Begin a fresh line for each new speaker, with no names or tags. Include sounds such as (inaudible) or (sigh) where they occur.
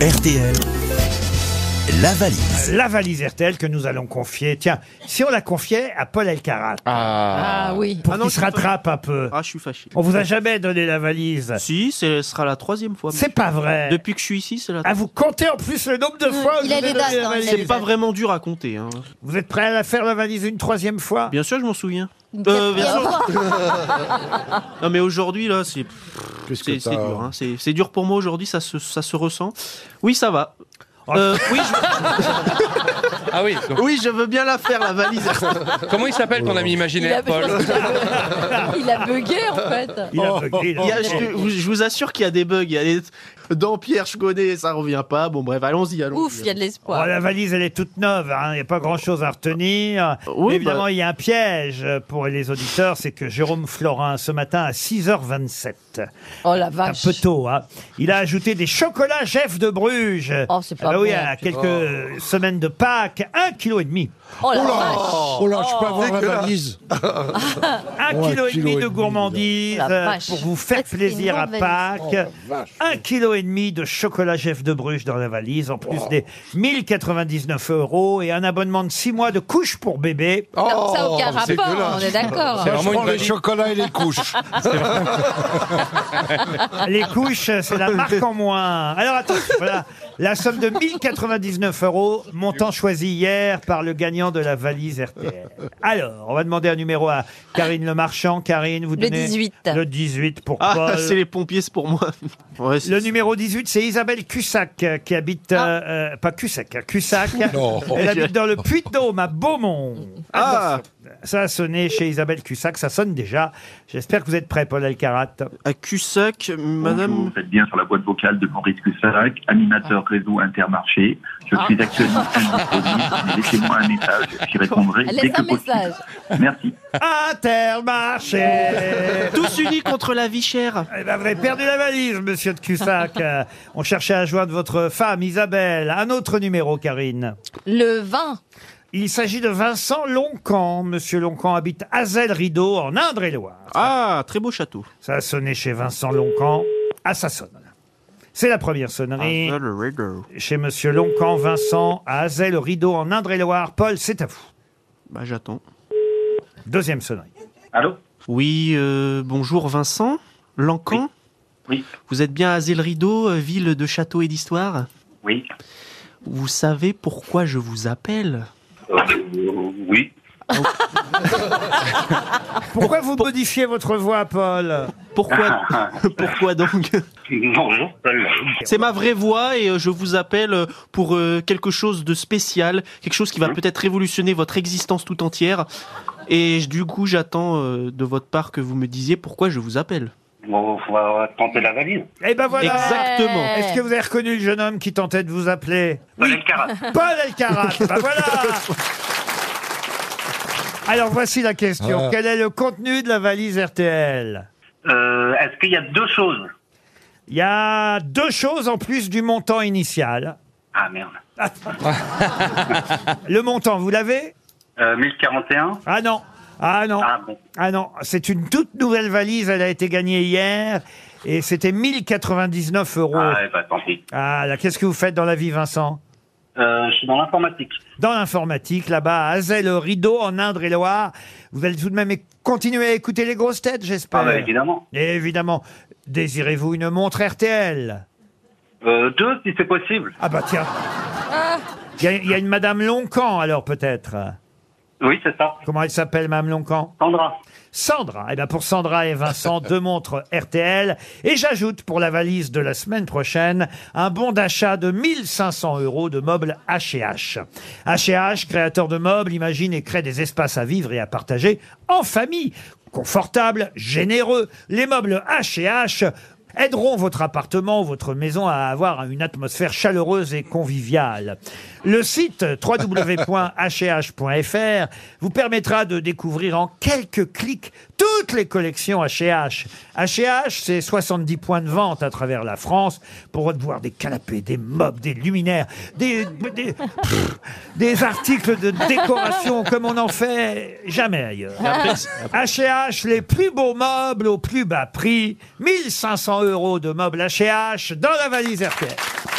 RTL, la valise.
La valise RTL que nous allons confier. Tiens, si on la confiait à Paul Elkarat,
Ah oui.
pour
Ah non,
qu'il se
je suis
rattrape un peu.
Ah, je suis fâché.
On vous a jamais donné la valise.
Si, ce sera la troisième fois.
C'est pas vrai.
Depuis que je suis ici, c'est la.
Ah, vous comptez en plus le nombre de fois où
il
vous
a
avez
les
donné
dates,
la
hein, il a
valise.
les
C'est pas vraiment dur à compter. hein.
Vous êtes prêt à la faire la valise une troisième fois
Bien sûr, je m'en souviens.
Une
Euh, bien
quatrième
sûr.
fois.
(laughs) Non, mais aujourd'hui, là, c'est c'est- c'est
t'as
dur. hein. C'est c'est dur pour moi aujourd'hui, ça se, ça se ressent. Oui, ça va.
Oh.
Euh, oui, je...
Ah oui, donc,
oui, je veux bien la faire,
(laughs)
la valise.
comment il s'appelle ton ami
Euh, Il a,
imaginaire,
je
Paul
pense qu'il a- (laughs) il a bugué en fait.
Il
Oh,
a bugué, il a
Il y a-
bugué.
je, vous- je vous assure qu'il y a des bugs. Il y a des... Dans Pierre, je connais, ça revient pas. Bon, bref, allons-y. allons-y.
Ouf, il y a de
Oh,
l'espoir.
la valise, elle est toute neuve, hein, il n'y a pas grand-chose à retenir.
Oui,
Évidemment,
bah-
il y a un piège pour les auditeurs, c'est que Jérôme Florin, ce matin à 6h27,
Oh la
un
vache.
peu tôt, hein, il a ajouté des chocolats Jeff de Bruges.
Oh, c'est pas
Ah bah Oui,
vrai.
à quelques
Oh.
semaines de Pâques, un kilo et demi.
Oh la vache.
Oh là, je peux avoir la valise.
Un
Oh, un
kilo et
kilo
demi
et
de
demi,
gourmandise
dis donc. La
euh,
vache.
pour vous faire
C'est une Oh,
plaisir à
grande valise.
Pâques. Un kilo et demi de chocolat Jeff de Bruges dans la valise, en plus des 1099 euros et un abonnement de 6 mois de couche pour bébé.
Non, ça n'a aucun
c'est
rapport,
dégueulasse.
on est d'accord.
C'est
Moi, je
vraiment une
prends les
valise.
chocolats et
(laughs)
les couches.
Les couches, c'est la marque en moins. Alors attends, voilà. La somme de 1099 euros, montant choisi hier par le gagnant de la valise RTL. Alors, on va demander un numéro à Karine Le Marchand. Karine, vous
Le
donnez
18.
Le 18 pour
Ah,
Paul.
(laughs) c'est les pompiers, c'est pour moi. (laughs) Ouais, c'est-
Bah, euh, Le numéro 18, c'est Isabelle Cussac, euh, qui habite, euh, euh, pas Cussac, hein, Cussac.
Non.
Elle habite dans le Puy-de-Dôme, à Beaumont.
Ah,
Ça a sonné chez Isabelle Cussac, ça sonne déjà. J'espère que vous êtes prêts, Paul Alcarat.
à Cussac,
Bonjour,
madame.
Vous êtes bien sur la boîte vocale de Maurice Cussarac, animateur
Ah.
réseau Intermarché. Je suis actuellement disponible. Laissez-moi un message, j'y répondrai
Elle
dès
laisse
que
un
possible.
message.
Merci.
Intermarché
Tous unis contre la vie chère.
Eh ben, vous avez perdu la valise, monsieur de Cussac. Euh, On cherchait à joindre votre femme, Isabelle. Un autre numéro, Karine.
Le 20.
Il s'agit de Vincent Loncan. Monsieur Loncan habite Azel Rideau, en Indre-et-Loire.
Ah, très beau château.
Ça a sonné chez Vincent Loncan. Ah, ça sonne. C'est la première sonnerie.
Ah, le Rideau.
Chez monsieur Loncan, Vincent, à Azel Rideau, en Indre-et-Loire. Paul, c'est à vous.
Bah, j'attends.
Deuxième sonnerie.
Allô
Oui, euh, bonjour Vincent. Lancan
Oui.
Vous êtes bien à Zélrideau, euh, ville de château et d'histoire
Oui.
Vous savez pourquoi je vous appelle
Euh, oui.
Pourquoi vous modifiez votre voix, Paul
(laughs)
Pourquoi Pourquoi donc
Bonjour.
C'est ma vraie voix et euh, je vous appelle euh, pour euh, quelque chose de spécial, quelque chose qui va peut-être révolutionner votre existence tout entière. Et je- du coup, j'attends euh, de votre part que vous me disiez pourquoi je vous appelle.
Bon, on va euh, tenter la valise.
Eh ben voilà
Exactement.
Est-ce que vous avez reconnu le jeune homme qui tentait de vous appeler
Paul Elkarat.
Paul Elkarat Ben voilà Alors voici la question.
Ah.
Quel est le contenu de la valise RTL
(laughs) Euh, Est-ce qu'il y a deux choses
Il y a deux choses en plus du montant initial.
Ah merde.
Le montant, vous l'avez
Euh, 1041
Ah non Ah non
Ah bon.
Ah non, c'est une toute nouvelle valise, elle a été gagnée hier et c'était 1099 euros.
Ah,
Ah,
eh ben, tant pis.
là, qu'est-ce que vous faites dans la vie, Vincent
Euh, je suis dans l'informatique.
Dans l'informatique, là-bas, à Azel-Rideau, en Indre-et-Loire. Vous allez tout de même é- continuer à écouter les grosses têtes, j'espère.
Ah, bah, évidemment.
Et évidemment, désirez-vous une montre RTL
Euh, deux, si c'est possible.
Ah bah tiens Il y a- il y, a une Madame Loncan, alors, peut-être.
Oui, c'est ça.
Comment elle s'appelle, Madame Loncan
Sandra.
Sandra. Eh bien, pour Sandra et Vincent, deux montres RTL. Et j'ajoute pour la valise de la semaine prochaine un bon d'achat de 1500 euros de meubles H&H. H&H, créateur de meubles, imagine et crée des espaces à vivre et à partager en famille. Confortables, généreux, les meubles H&H aideront votre appartement ou votre maison à avoir une atmosphère chaleureuse et conviviale. Le site www.hh.fr vous permettra de découvrir en quelques clics toutes les collections HH. HH, c'est 70 points de vente à travers la France pour voir des canapés, des meubles, des luminaires, des, des, pff, des articles de décoration comme on n'en fait jamais ailleurs. H&H, les plus beaux meubles au plus bas prix. 1500 euros de meubles H&H dans la valise RTL.